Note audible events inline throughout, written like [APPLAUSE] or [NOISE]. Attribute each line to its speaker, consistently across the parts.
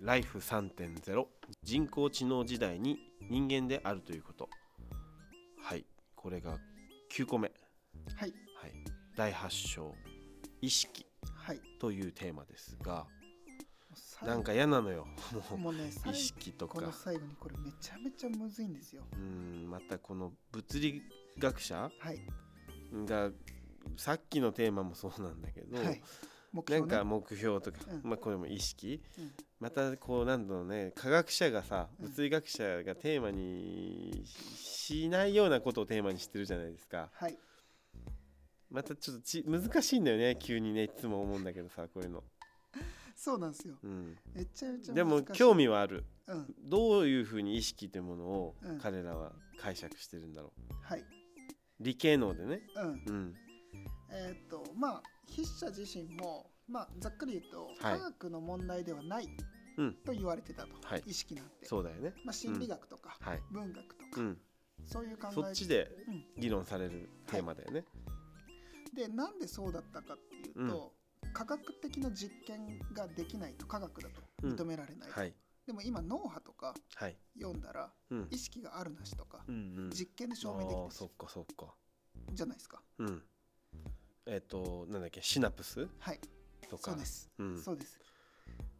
Speaker 1: ライフ3.0人工知能時代に人間であるということはいこれが9個目、
Speaker 2: はい
Speaker 1: はい、第8章意識
Speaker 2: はい
Speaker 1: というテーマですが
Speaker 2: 最後
Speaker 1: なんか嫌なのよも
Speaker 2: もうね
Speaker 1: う
Speaker 2: 最
Speaker 1: 意
Speaker 2: 後
Speaker 1: 識と
Speaker 2: この
Speaker 1: か
Speaker 2: 最後にこれめちゃめちゃむずいんですよ
Speaker 1: うんまたこの物理学者
Speaker 2: はい
Speaker 1: がさっきのテーマもそうなんだけど、
Speaker 2: はい目
Speaker 1: な
Speaker 2: 標
Speaker 1: ん
Speaker 2: ね
Speaker 1: か目標とか、
Speaker 2: うん
Speaker 1: まあこれも意識、
Speaker 2: うん
Speaker 1: またこうなんだろうね科学者がさ
Speaker 2: うん
Speaker 1: 物理学者がテーマにししないようなことをテーマにしてるじゃないですか
Speaker 2: はい
Speaker 1: またちょっとち難しいんだよね急にねいつも思うんだけどさこういうの、
Speaker 2: そうなんですよ
Speaker 1: うん、
Speaker 2: めちゃめちゃ難しい
Speaker 1: でも興味はある
Speaker 2: うん
Speaker 1: どういうふうに意識というものを
Speaker 2: うん
Speaker 1: 彼らは解釈してるんだろう
Speaker 2: はい
Speaker 1: 理系能でね
Speaker 2: うん
Speaker 1: うん
Speaker 2: えーっとまあ筆者自身もまあざっくり言うと、
Speaker 1: はい
Speaker 2: 科学の問題ではない
Speaker 1: うん
Speaker 2: と言われてたと、
Speaker 1: はい
Speaker 2: 意識なんて、
Speaker 1: そうだよね
Speaker 2: まあ、心理学とか、
Speaker 1: はい、
Speaker 2: 文学と
Speaker 1: う
Speaker 2: か、
Speaker 1: ん、
Speaker 2: そういう考え
Speaker 1: そっちで
Speaker 2: うん
Speaker 1: 議論されるテーマだよね、
Speaker 2: でなんでそうだったかっていうと、科学的な実験ができないと科学だと
Speaker 1: うん
Speaker 2: 認められないと、
Speaker 1: はい
Speaker 2: でも今脳波とか
Speaker 1: はい
Speaker 2: 読んだら
Speaker 1: うん
Speaker 2: 意識があるなしとか、
Speaker 1: うんうん
Speaker 2: 実験で証明でき
Speaker 1: あー
Speaker 2: て
Speaker 1: そっ
Speaker 2: る
Speaker 1: かそっか
Speaker 2: じゃないですか
Speaker 1: うんえっ、となんだっけシナプス
Speaker 2: はい
Speaker 1: とか
Speaker 2: そうです、
Speaker 1: うん
Speaker 2: そうです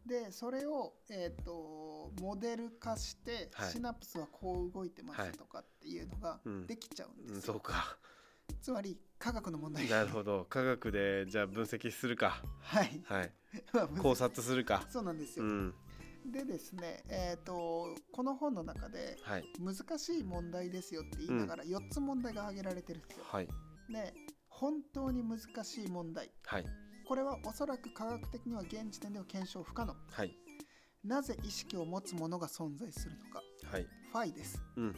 Speaker 2: でそれを、えー、とモデル化して、
Speaker 1: はい
Speaker 2: シナプスはこう動いてますとかっていうのが
Speaker 1: うん
Speaker 2: できちゃうん
Speaker 1: う
Speaker 2: で
Speaker 1: ん
Speaker 2: すよ、
Speaker 1: そうか [LAUGHS]
Speaker 2: つまり科学の問題
Speaker 1: なるほど科学でじゃあ分析するか
Speaker 2: [LAUGHS] はい、
Speaker 1: はい
Speaker 2: まあむず
Speaker 1: 考察するか
Speaker 2: そうなんです
Speaker 1: う
Speaker 2: よ、
Speaker 1: ん
Speaker 2: でですね、えー、とこの本の中で
Speaker 1: はい
Speaker 2: 難しい問題ですよって言いながら4つ問題が挙げられてるんですよ。
Speaker 1: はい
Speaker 2: で本当に難しい問題
Speaker 1: はい
Speaker 2: これはおそらく科学的には現時点では検証不可能
Speaker 1: はい
Speaker 2: なぜ意識を持つものが存在するのか
Speaker 1: はい
Speaker 2: ファイです [LAUGHS]
Speaker 1: うんはい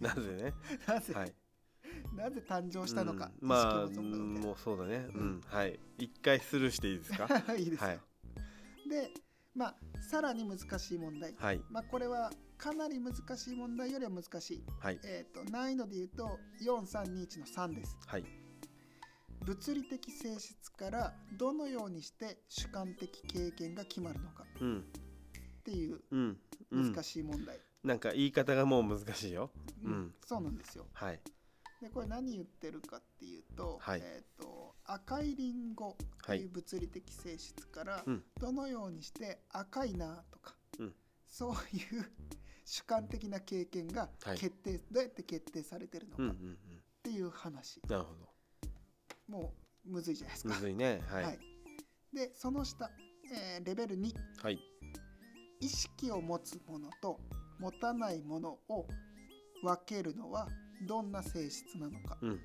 Speaker 1: なぜね
Speaker 2: なぜ、 [LAUGHS]
Speaker 1: はい
Speaker 2: なぜ誕生したのか、
Speaker 1: うんまあ
Speaker 2: 意識を持つもの
Speaker 1: もうそうだねうん、
Speaker 2: うん
Speaker 1: はい一回スルーしていいですか
Speaker 2: [LAUGHS] でいいですよ、
Speaker 1: はい
Speaker 2: でまあさらに難しい問題、
Speaker 1: はい
Speaker 2: まあ、これはかなり難しい問題よりは難しい、
Speaker 1: はい
Speaker 2: えー、と難易度で言うと4321の3です
Speaker 1: はい
Speaker 2: 物理的性質からどのようにして主観的経験が決まるのか
Speaker 1: うん
Speaker 2: っていう
Speaker 1: うんうん
Speaker 2: 難しい問題、
Speaker 1: なんか言い方がもう難しいようん
Speaker 2: そうなんですよ
Speaker 1: はい
Speaker 2: でこれ何言ってるかっていうと,、
Speaker 1: はい
Speaker 2: えー、と赤いリンゴと
Speaker 1: はいいう
Speaker 2: 物理的性質から
Speaker 1: うん
Speaker 2: どのようにして赤いなとか、
Speaker 1: うん
Speaker 2: そういう [LAUGHS] 主観的な経験が
Speaker 1: はい
Speaker 2: 決定、どうやって決定されてるの
Speaker 1: うんう
Speaker 2: か
Speaker 1: んう
Speaker 2: っ
Speaker 1: ん
Speaker 2: ていう話、
Speaker 1: なるほど
Speaker 2: もうむずいじゃないですか
Speaker 1: む。ずいねはい
Speaker 2: はい、でその下、えーレベル2
Speaker 1: はい
Speaker 2: 意識を持つものと持たないものを分けるのはどんな性質なのか、
Speaker 1: うん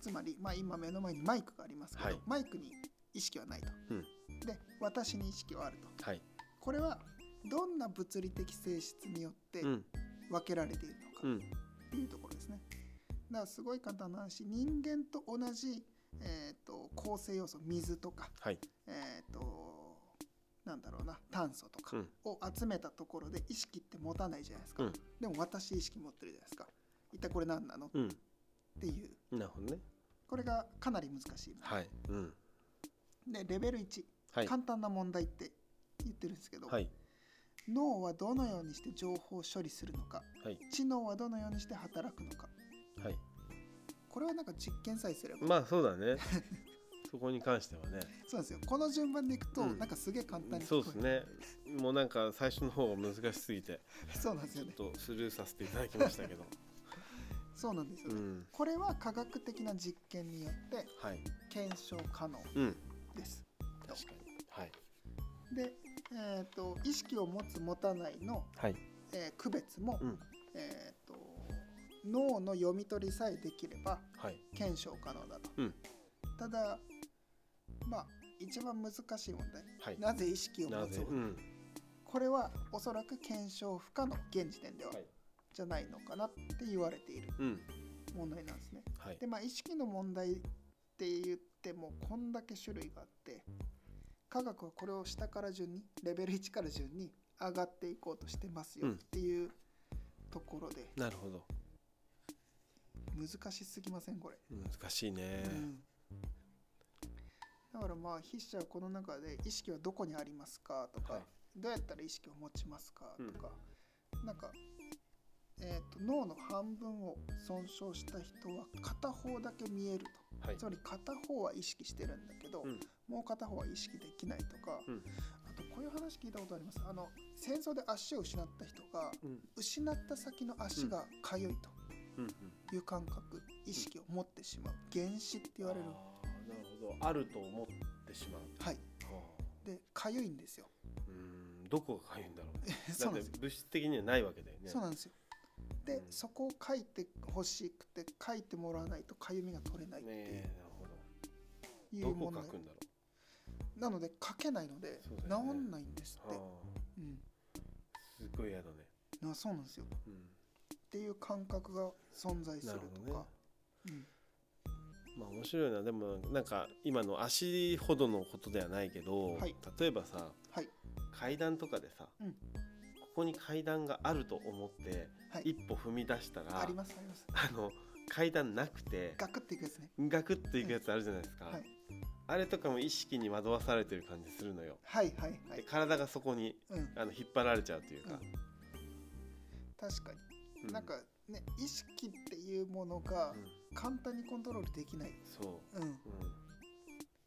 Speaker 2: つまり、まあ、今目の前にマイクがありますけど、
Speaker 1: はい
Speaker 2: マイクに意識はないと、
Speaker 1: うん
Speaker 2: で私に意識はあると
Speaker 1: はい
Speaker 2: これはどんな物理的性質によって
Speaker 1: うん
Speaker 2: 分けられているの
Speaker 1: う
Speaker 2: か
Speaker 1: ん
Speaker 2: っていうところですね、だからすごい簡単な話人間と同じ、えー、と構成要素水とか、
Speaker 1: はい
Speaker 2: えー、となんだろうな炭素とか
Speaker 1: うん
Speaker 2: を集めたところで意識って持たないじゃないですか、
Speaker 1: うん
Speaker 2: でも私意識持ってるじゃないですか一体これ何なのっ
Speaker 1: うん
Speaker 2: ていう
Speaker 1: なるほどね
Speaker 2: これがかなり難しい、
Speaker 1: はいうん
Speaker 2: でレベル1、
Speaker 1: はい
Speaker 2: 簡単な問題って言ってるんですけど、
Speaker 1: はい
Speaker 2: 脳はどのようにして情報を処理するのか
Speaker 1: はい
Speaker 2: 知能はどのようにして働くのか
Speaker 1: はい
Speaker 2: これはなんか実験さえすれば、
Speaker 1: まあそうだ [LAUGHS] ねそこに関してはね
Speaker 2: そうなんですよこの順番でいくと、
Speaker 1: うん
Speaker 2: なんかすげえ簡単に聞
Speaker 1: そう
Speaker 2: こ
Speaker 1: です
Speaker 2: える
Speaker 1: ねもうなんか最初の方が難しすぎて
Speaker 2: そうなんです
Speaker 1: ちょ
Speaker 2: よ
Speaker 1: っ
Speaker 2: ね
Speaker 1: とスルーさせていただきましたけど
Speaker 2: そうなんですよ
Speaker 1: う
Speaker 2: ね、
Speaker 1: ん
Speaker 2: これは科学的な実験によって
Speaker 1: はい
Speaker 2: 検証可能
Speaker 1: うん
Speaker 2: です
Speaker 1: 確かにはい
Speaker 2: で、えー、と意識を持つ持たないの、
Speaker 1: はい
Speaker 2: えー区別も、
Speaker 1: うん
Speaker 2: えー、と脳の読み取りさえできれば
Speaker 1: はい
Speaker 2: 検証可能だと、
Speaker 1: うん
Speaker 2: ただまあ一番難しい問題
Speaker 1: はい
Speaker 2: なぜ意識を
Speaker 1: な
Speaker 2: 持つ
Speaker 1: ぜうん
Speaker 2: これはおそらく検証不可能現時点では、
Speaker 1: はい
Speaker 2: じゃないのかなって言われている
Speaker 1: うん
Speaker 2: 問題なんですね
Speaker 1: はい
Speaker 2: でまあ意識の問題って言ってもこんだけ種類があって科学はこれを下から順にレベル1から順に上がっていこうとしてますよ
Speaker 1: う
Speaker 2: っ
Speaker 1: ん
Speaker 2: ていうところで
Speaker 1: なるほど
Speaker 2: 難しすぎませんこれ、
Speaker 1: 難しいね
Speaker 2: うんだからまあ筆者はこの中で意識はどこにありますかとか、
Speaker 1: はい
Speaker 2: どうやったら意識を持ちますか
Speaker 1: うん
Speaker 2: とか、なんか、えー、と脳の半分を損傷した人は片方だけ見える
Speaker 1: はい
Speaker 2: とつまり片方は意識してるんだけど、
Speaker 1: うん
Speaker 2: もう片方は意識できないとか、
Speaker 1: うん
Speaker 2: あとこういう話聞いたことありますあの戦争で足を失った人が
Speaker 1: うん
Speaker 2: 失った先の足がかゆい
Speaker 1: うんうん
Speaker 2: という感覚、意識を持ってしまう原始って言われる
Speaker 1: あーなるほどあると思ってしまう
Speaker 2: はい
Speaker 1: は
Speaker 2: でかゆいんですよ [LAUGHS]
Speaker 1: あうーんどこがかゆいんだろうねだ
Speaker 2: そう
Speaker 1: っ
Speaker 2: なん
Speaker 1: て
Speaker 2: ですよ
Speaker 1: 物質的にはないわけだよね
Speaker 2: そうなんですよで、
Speaker 1: うん
Speaker 2: そこを書いてほしくて書いてもらわないとかゆみが取れないっ
Speaker 1: ね
Speaker 2: て
Speaker 1: えなるほ
Speaker 2: い
Speaker 1: ど
Speaker 2: う
Speaker 1: ど
Speaker 2: も
Speaker 1: こ
Speaker 2: の
Speaker 1: 書くんだろ
Speaker 2: なので書けないので
Speaker 1: そうだ
Speaker 2: 治
Speaker 1: よね
Speaker 2: んないんですっ
Speaker 1: う
Speaker 2: て、
Speaker 1: は
Speaker 2: うん
Speaker 1: あすごい嫌だね、
Speaker 2: なそうなんですよっ
Speaker 1: う
Speaker 2: ていう感覚が存在
Speaker 1: ん、
Speaker 2: す
Speaker 1: な
Speaker 2: る
Speaker 1: るほ
Speaker 2: と
Speaker 1: どね
Speaker 2: か、うん
Speaker 1: まあ面白いなでもなんか今の足ほどのことではないけど、
Speaker 2: はい
Speaker 1: 例えばさ
Speaker 2: はい
Speaker 1: 階段とかでさ、
Speaker 2: うん
Speaker 1: ここに階段があると思って
Speaker 2: はい
Speaker 1: 一歩踏み出したら、
Speaker 2: ありますあります
Speaker 1: あの階段なくて
Speaker 2: ガクっていくやつね
Speaker 1: ガクッといくやつあるじゃないですか、
Speaker 2: はい
Speaker 1: あれとかも意識に惑わされてる感じするのよ、
Speaker 2: はいはいは
Speaker 1: で
Speaker 2: い
Speaker 1: 体がそこに
Speaker 2: うん
Speaker 1: あの引っ張られちゃうというか、
Speaker 2: 確か
Speaker 1: う
Speaker 2: になんかね意識っていうものが
Speaker 1: うん
Speaker 2: 簡単にコントロールできない
Speaker 1: そ
Speaker 2: うん
Speaker 1: う、うん、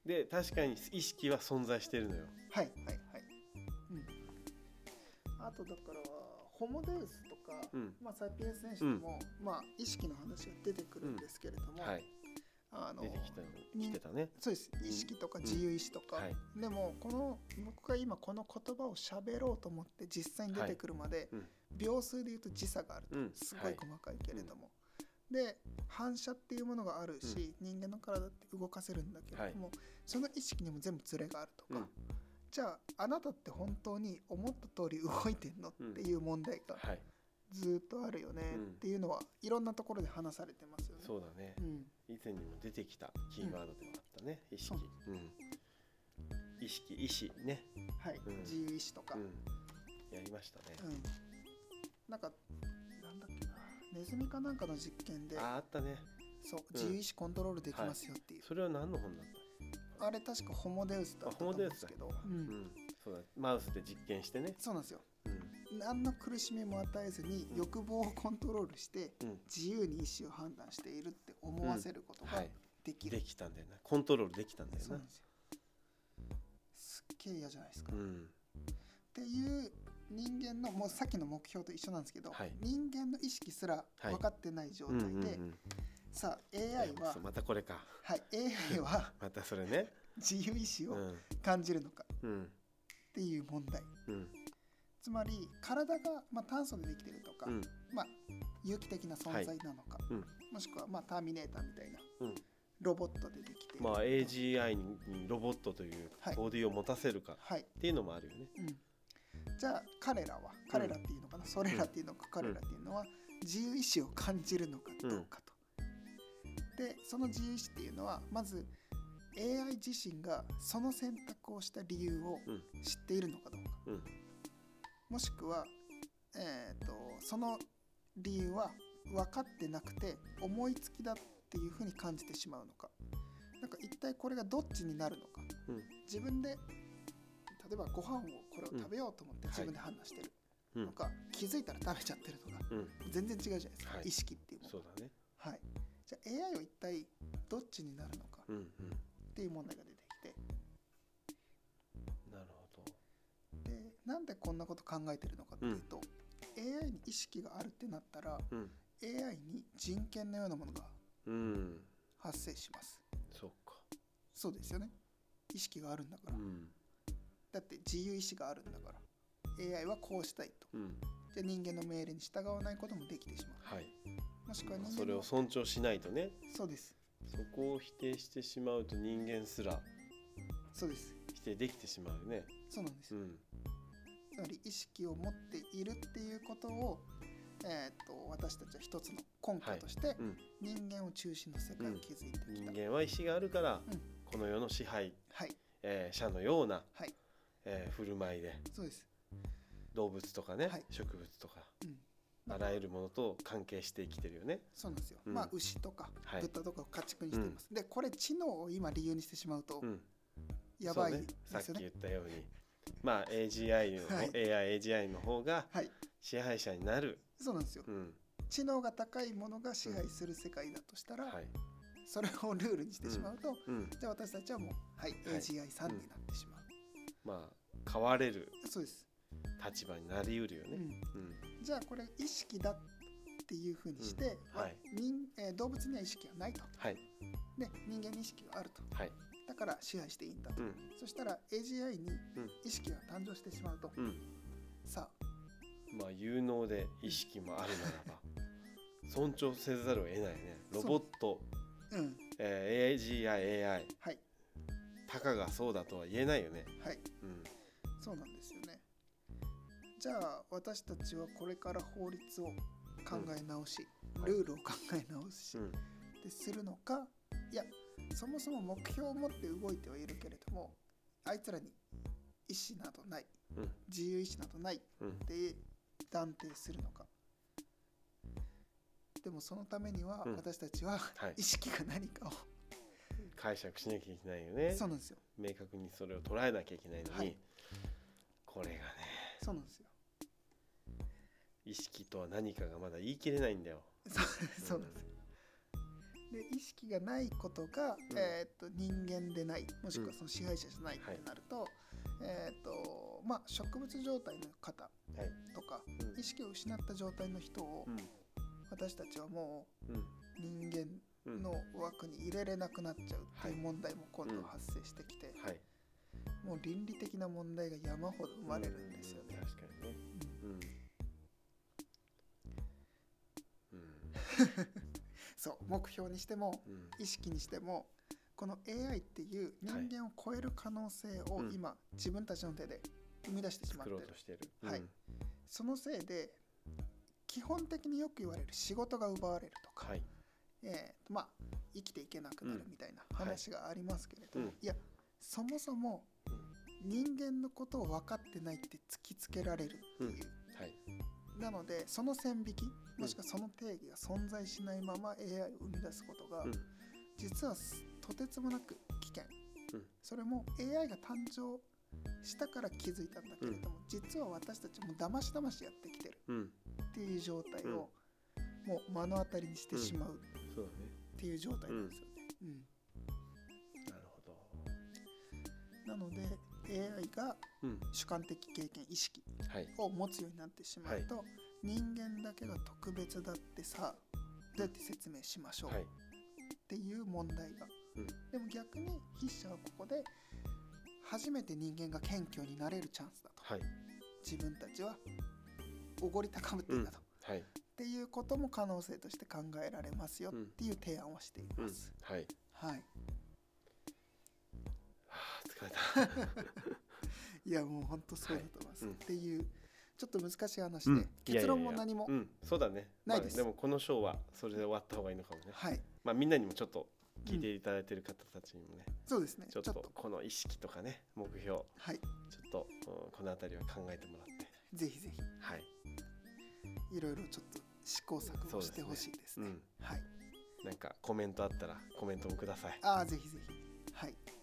Speaker 1: で確かに意識は存在してるのよ
Speaker 2: はいはいはいうんあとだからホモデウスとか、
Speaker 1: うん
Speaker 2: まあ、サピエンス選手でも、まあ、意識の話が出てくるんですけれども、
Speaker 1: はい
Speaker 2: あの
Speaker 1: 出てきた
Speaker 2: に
Speaker 1: 来てたね
Speaker 2: そうです意識とか自由意志とか、
Speaker 1: はい
Speaker 2: でもこの僕が今この言葉を喋ろうと思って実際に出てくるまで、
Speaker 1: うん
Speaker 2: 秒数で言うと時差があると、
Speaker 1: うん
Speaker 2: すごい細かいけれども、で反射っていうものがあるし、人間の体って動かせるんだけれども、その意識にも全部ズレがあるとか、
Speaker 1: うん
Speaker 2: じゃああなたって本当に思った通り動いてんのっていう問題が
Speaker 1: はい
Speaker 2: ずっとあるよね
Speaker 1: うん
Speaker 2: っていうのはいろんなところで話されてますよね。
Speaker 1: そうだね
Speaker 2: うん、
Speaker 1: 以前にも出てきたキーワードでもあったね、意識
Speaker 2: そう
Speaker 1: うん意識意志ね
Speaker 2: はい、
Speaker 1: うん
Speaker 2: 自由意志とか、
Speaker 1: うんやりましたね、
Speaker 2: うん、なんかなんだっけなネズミかなんかの実験で
Speaker 1: あああったね
Speaker 2: そう
Speaker 1: うん
Speaker 2: 自由意志コントロールできますよっていう、
Speaker 1: それは何の本だっ
Speaker 2: あれ確かホモデウス
Speaker 1: た
Speaker 2: だ
Speaker 1: あ
Speaker 2: ったと
Speaker 1: ホモ
Speaker 2: 思うん
Speaker 1: デウ
Speaker 2: で
Speaker 1: ス
Speaker 2: す
Speaker 1: だ
Speaker 2: け
Speaker 1: っ
Speaker 2: ど、
Speaker 1: た
Speaker 2: う
Speaker 1: うん
Speaker 2: ん、
Speaker 1: そうだマウスで実験してね
Speaker 2: そうなんですよ
Speaker 1: うん
Speaker 2: 何の苦しみも与えずに
Speaker 1: うん
Speaker 2: 欲望をコントロールして
Speaker 1: うん
Speaker 2: 自由に意思を判断しているって思わせること
Speaker 1: は
Speaker 2: が
Speaker 1: い
Speaker 2: できる、
Speaker 1: できたんだよなコントロールできたんだよ
Speaker 2: そう
Speaker 1: な
Speaker 2: なんですよすっげえ嫌じゃないですか、
Speaker 1: う
Speaker 2: っ
Speaker 1: ん
Speaker 2: ていう人間のもうさっきの目標と一緒なんですけど、
Speaker 1: はい
Speaker 2: 人間の意識すら分かってない状
Speaker 1: うん
Speaker 2: 態
Speaker 1: う
Speaker 2: で、
Speaker 1: んうん
Speaker 2: さあ
Speaker 1: い
Speaker 2: AI
Speaker 1: や
Speaker 2: は
Speaker 1: そうまたこれか
Speaker 2: はい、AI は
Speaker 1: またそれね
Speaker 2: 自由意志
Speaker 1: う
Speaker 2: を
Speaker 1: ん
Speaker 2: 感じるのかっ
Speaker 1: うん
Speaker 2: ていう問題
Speaker 1: うん
Speaker 2: つまり体が、まあ、炭素でできてるとか、
Speaker 1: うん
Speaker 2: まあ、有機的な存在なのか、
Speaker 1: うん
Speaker 2: もしくは、まあ、ターミネーターみたいな
Speaker 1: うん
Speaker 2: ロボットでできている
Speaker 1: まあ AGI ににロボットという
Speaker 2: はい
Speaker 1: ボディを持たせるかっ
Speaker 2: はい、
Speaker 1: ていうのもあるよね
Speaker 2: うん、じゃあ彼らは彼らっていうのかな、それらっていうのか彼らっていうのは自由意志を感じるのかどうかと、でその自由意志っていうのはまず AI 自身がその選択をした理由を
Speaker 1: うん
Speaker 2: 知っているのかどうか、
Speaker 1: うん
Speaker 2: もしくは、えー、とその理由は分かってなくて思いつきだっていうふうに感じてしまうのかなんか一体これがどっちになるのか、
Speaker 1: うん
Speaker 2: 自分で例えばご飯をこれを食べようと思って
Speaker 1: うん
Speaker 2: 自分で判断してる
Speaker 1: う
Speaker 2: の
Speaker 1: ん
Speaker 2: か、気づいたら食べちゃってるのか
Speaker 1: うん
Speaker 2: 全然違うじゃないですか、
Speaker 1: はい
Speaker 2: 意識っていうも
Speaker 1: そ
Speaker 2: の
Speaker 1: うだね
Speaker 2: はいじゃあ AI は一体どっちになるのか
Speaker 1: うんうん
Speaker 2: っていう問題が出てきて
Speaker 1: なるほど。
Speaker 2: でなんでこんなこと考えてるのかっていうと、AI に意識があるってなったら
Speaker 1: うん。
Speaker 2: AI に人権のようなものが
Speaker 1: うん。
Speaker 2: 発生します
Speaker 1: そっか。
Speaker 2: そうですよね意識があるんだか
Speaker 1: ん。
Speaker 2: ら、だって自由意志があるんだから AI はこうしたいと
Speaker 1: うん。
Speaker 2: じゃあ人間の命令に従わないこともできてしま
Speaker 1: はい。
Speaker 2: うもしくは人間の
Speaker 1: それを尊重しないとね。
Speaker 2: そうです
Speaker 1: そこを否定してしまうと人間すら
Speaker 2: そうです
Speaker 1: 否定できてしまうよね。
Speaker 2: そうなんです、
Speaker 1: ん。
Speaker 2: つまり意識を持っているっていうことを、えー、と私たちは一つの根拠として
Speaker 1: うん。
Speaker 2: 人間を中心の世界を築いてき
Speaker 1: 人
Speaker 2: た、
Speaker 1: 間は意志があるから、
Speaker 2: うん
Speaker 1: この世の支配、
Speaker 2: はい
Speaker 1: えー、者のような、
Speaker 2: はい
Speaker 1: えー振る舞いで
Speaker 2: そうです
Speaker 1: 動物とかね、
Speaker 2: はい
Speaker 1: 植物とか、
Speaker 2: うん
Speaker 1: あらゆるものと関係して生きてるよね。
Speaker 2: そうなんですよ、
Speaker 1: うん
Speaker 2: まあ牛とか
Speaker 1: はい
Speaker 2: 豚とかを家畜にしています、でこれ知能を今理由にしてしまうと
Speaker 1: うん。
Speaker 2: やばい
Speaker 1: そう
Speaker 2: で
Speaker 1: ね。さっ
Speaker 2: す
Speaker 1: き
Speaker 2: よね
Speaker 1: 言ったようにまあ AGI の方、
Speaker 2: はい
Speaker 1: AIAGI の方が
Speaker 2: はい
Speaker 1: 支配者になる、
Speaker 2: そうなんですよ
Speaker 1: うん
Speaker 2: 知能が高いものが支配する世界だとしたら、
Speaker 1: はい
Speaker 2: それをルールにしてしまうと、
Speaker 1: うん、
Speaker 2: じゃあ私たちはもう、はい、
Speaker 1: はい
Speaker 2: AGI さんになってしまう、
Speaker 1: まあ変われる
Speaker 2: そうです、
Speaker 1: 立場になりうるよね。うん
Speaker 2: うん、じゃあこれ意識だっていうふうにして、
Speaker 1: うんはい
Speaker 2: 人えー動物には意識はないと
Speaker 1: はい
Speaker 2: で人間に意識はあると
Speaker 1: はい
Speaker 2: だから支配していいんだと、
Speaker 1: うん
Speaker 2: そしたら AGI に
Speaker 1: ん
Speaker 2: 意識が誕生してしまうと、
Speaker 1: うん
Speaker 2: さあ
Speaker 1: まあ有能で意識もあるならば尊重せざるを得ないねロボット、
Speaker 2: うん
Speaker 1: えー、AGIAI
Speaker 2: はい
Speaker 1: たかがそうだとは言えないよね。
Speaker 2: はい
Speaker 1: うん
Speaker 2: そうなんですよねじゃあ私たちはこれから法律を考え直し、
Speaker 1: はい
Speaker 2: ルールを考え直し、
Speaker 1: うん
Speaker 2: でするのかいやそもそも目標を持って動いてはいるけれどもあいつらに意思などない
Speaker 1: うん
Speaker 2: 自由意志などないっ
Speaker 1: うん
Speaker 2: て断定するのかでもそのためには
Speaker 1: うん
Speaker 2: 私たちは、
Speaker 1: はい
Speaker 2: 意識が何かを、
Speaker 1: 解釈しなきゃいけないよね
Speaker 2: そうなんですよ
Speaker 1: 明確にそれを捉えなきゃいけないのに、
Speaker 2: はい
Speaker 1: これがね
Speaker 2: そうなんですよ
Speaker 1: 意識とは何かがまだ言い切れないんだよ。
Speaker 2: そうそうなんですよで意識がないこと
Speaker 1: ん
Speaker 2: が、えーっと人間でないもしく
Speaker 1: う
Speaker 2: は
Speaker 1: ん
Speaker 2: その支配者じゃないっ
Speaker 1: はい
Speaker 2: てなると、えーっとまあ植物状態の方
Speaker 1: はい
Speaker 2: とか
Speaker 1: うん
Speaker 2: 意識を失った状態の人を
Speaker 1: うん
Speaker 2: 私たちはも
Speaker 1: うん
Speaker 2: う人間
Speaker 1: うん
Speaker 2: の枠に入れれなくなっちゃうっていう問題も今
Speaker 1: うん
Speaker 2: 度発生してきて
Speaker 1: はい
Speaker 2: もう倫理的な問題が山ほど生まれるんですよね
Speaker 1: う。確かにね。うん。
Speaker 2: そう目標にしても
Speaker 1: うん。うん。
Speaker 2: 意識にしてもこの AI っていう人間を超える可能性を
Speaker 1: うん
Speaker 2: 今自分たちの手で生み出してしまっ
Speaker 1: 作
Speaker 2: て
Speaker 1: ろう
Speaker 2: る
Speaker 1: としてる。
Speaker 2: はい
Speaker 1: うん
Speaker 2: そのせいで基本的によく言われる仕事が奪われるとか
Speaker 1: はい。
Speaker 2: えーまあ生きていけなくなるみたいな
Speaker 1: うんはい
Speaker 2: 話がありますけれども、
Speaker 1: うん
Speaker 2: い、やそもそも人間のことを分かってないって突きつけられるっていう、
Speaker 1: はい。
Speaker 2: なのでその線引きもしくはその定義が存在しないまま AI を生み出すことが、
Speaker 1: うん
Speaker 2: 実はすとてつもなく危険、
Speaker 1: うん
Speaker 2: それも AI が誕生したから気づいたんだけれども、実は私たちもだましだましやってきてる
Speaker 1: うん。
Speaker 2: っていう状態を、もう目の当たりにしてしまう
Speaker 1: そうだね。
Speaker 2: っていう状態なんですよね。うん
Speaker 1: なるほど。
Speaker 2: なので AI が
Speaker 1: うん。
Speaker 2: 主観的経験意識
Speaker 1: はい。
Speaker 2: を持つようになってしまうと、人間だけが特別だってさどうやって説明しましょう
Speaker 1: はい。
Speaker 2: っていう問題が、
Speaker 1: うん
Speaker 2: でも逆に筆者はここで初めて人間が謙虚になれるチャンスだと
Speaker 1: はい。
Speaker 2: 自分たちはおごり高ぶってんだと、
Speaker 1: う
Speaker 2: っ
Speaker 1: はい。
Speaker 2: ていうことも可能性として考えられますよっ
Speaker 1: うん
Speaker 2: ていう提案をしてい
Speaker 1: うん
Speaker 2: ます、。
Speaker 1: はい。
Speaker 2: はい
Speaker 1: はあ、疲れた。
Speaker 2: いやもう本当そうだと思います、
Speaker 1: はいうん
Speaker 2: っていうちょっと難しい話で、
Speaker 1: うんいやいやいや
Speaker 2: 結論も何も
Speaker 1: うん。そうだね。
Speaker 2: ないです
Speaker 1: まあでも、この章はそれで終わった方がいいのかもね。
Speaker 2: はい
Speaker 1: まあ、みんなにもちょっと聞いていただいてる方たちにもね。
Speaker 2: そうですね
Speaker 1: ちょっと、この意識とかね、目標。ちょ
Speaker 2: はい
Speaker 1: っと、うんこの辺りは考えてもらって。
Speaker 2: ぜひぜ
Speaker 1: はい。
Speaker 2: ひいろいろちょっと試行錯誤してほしいですね
Speaker 1: うん。
Speaker 2: はい
Speaker 1: なんかコメントあったらコメントもください。
Speaker 2: ああぜひぜひはい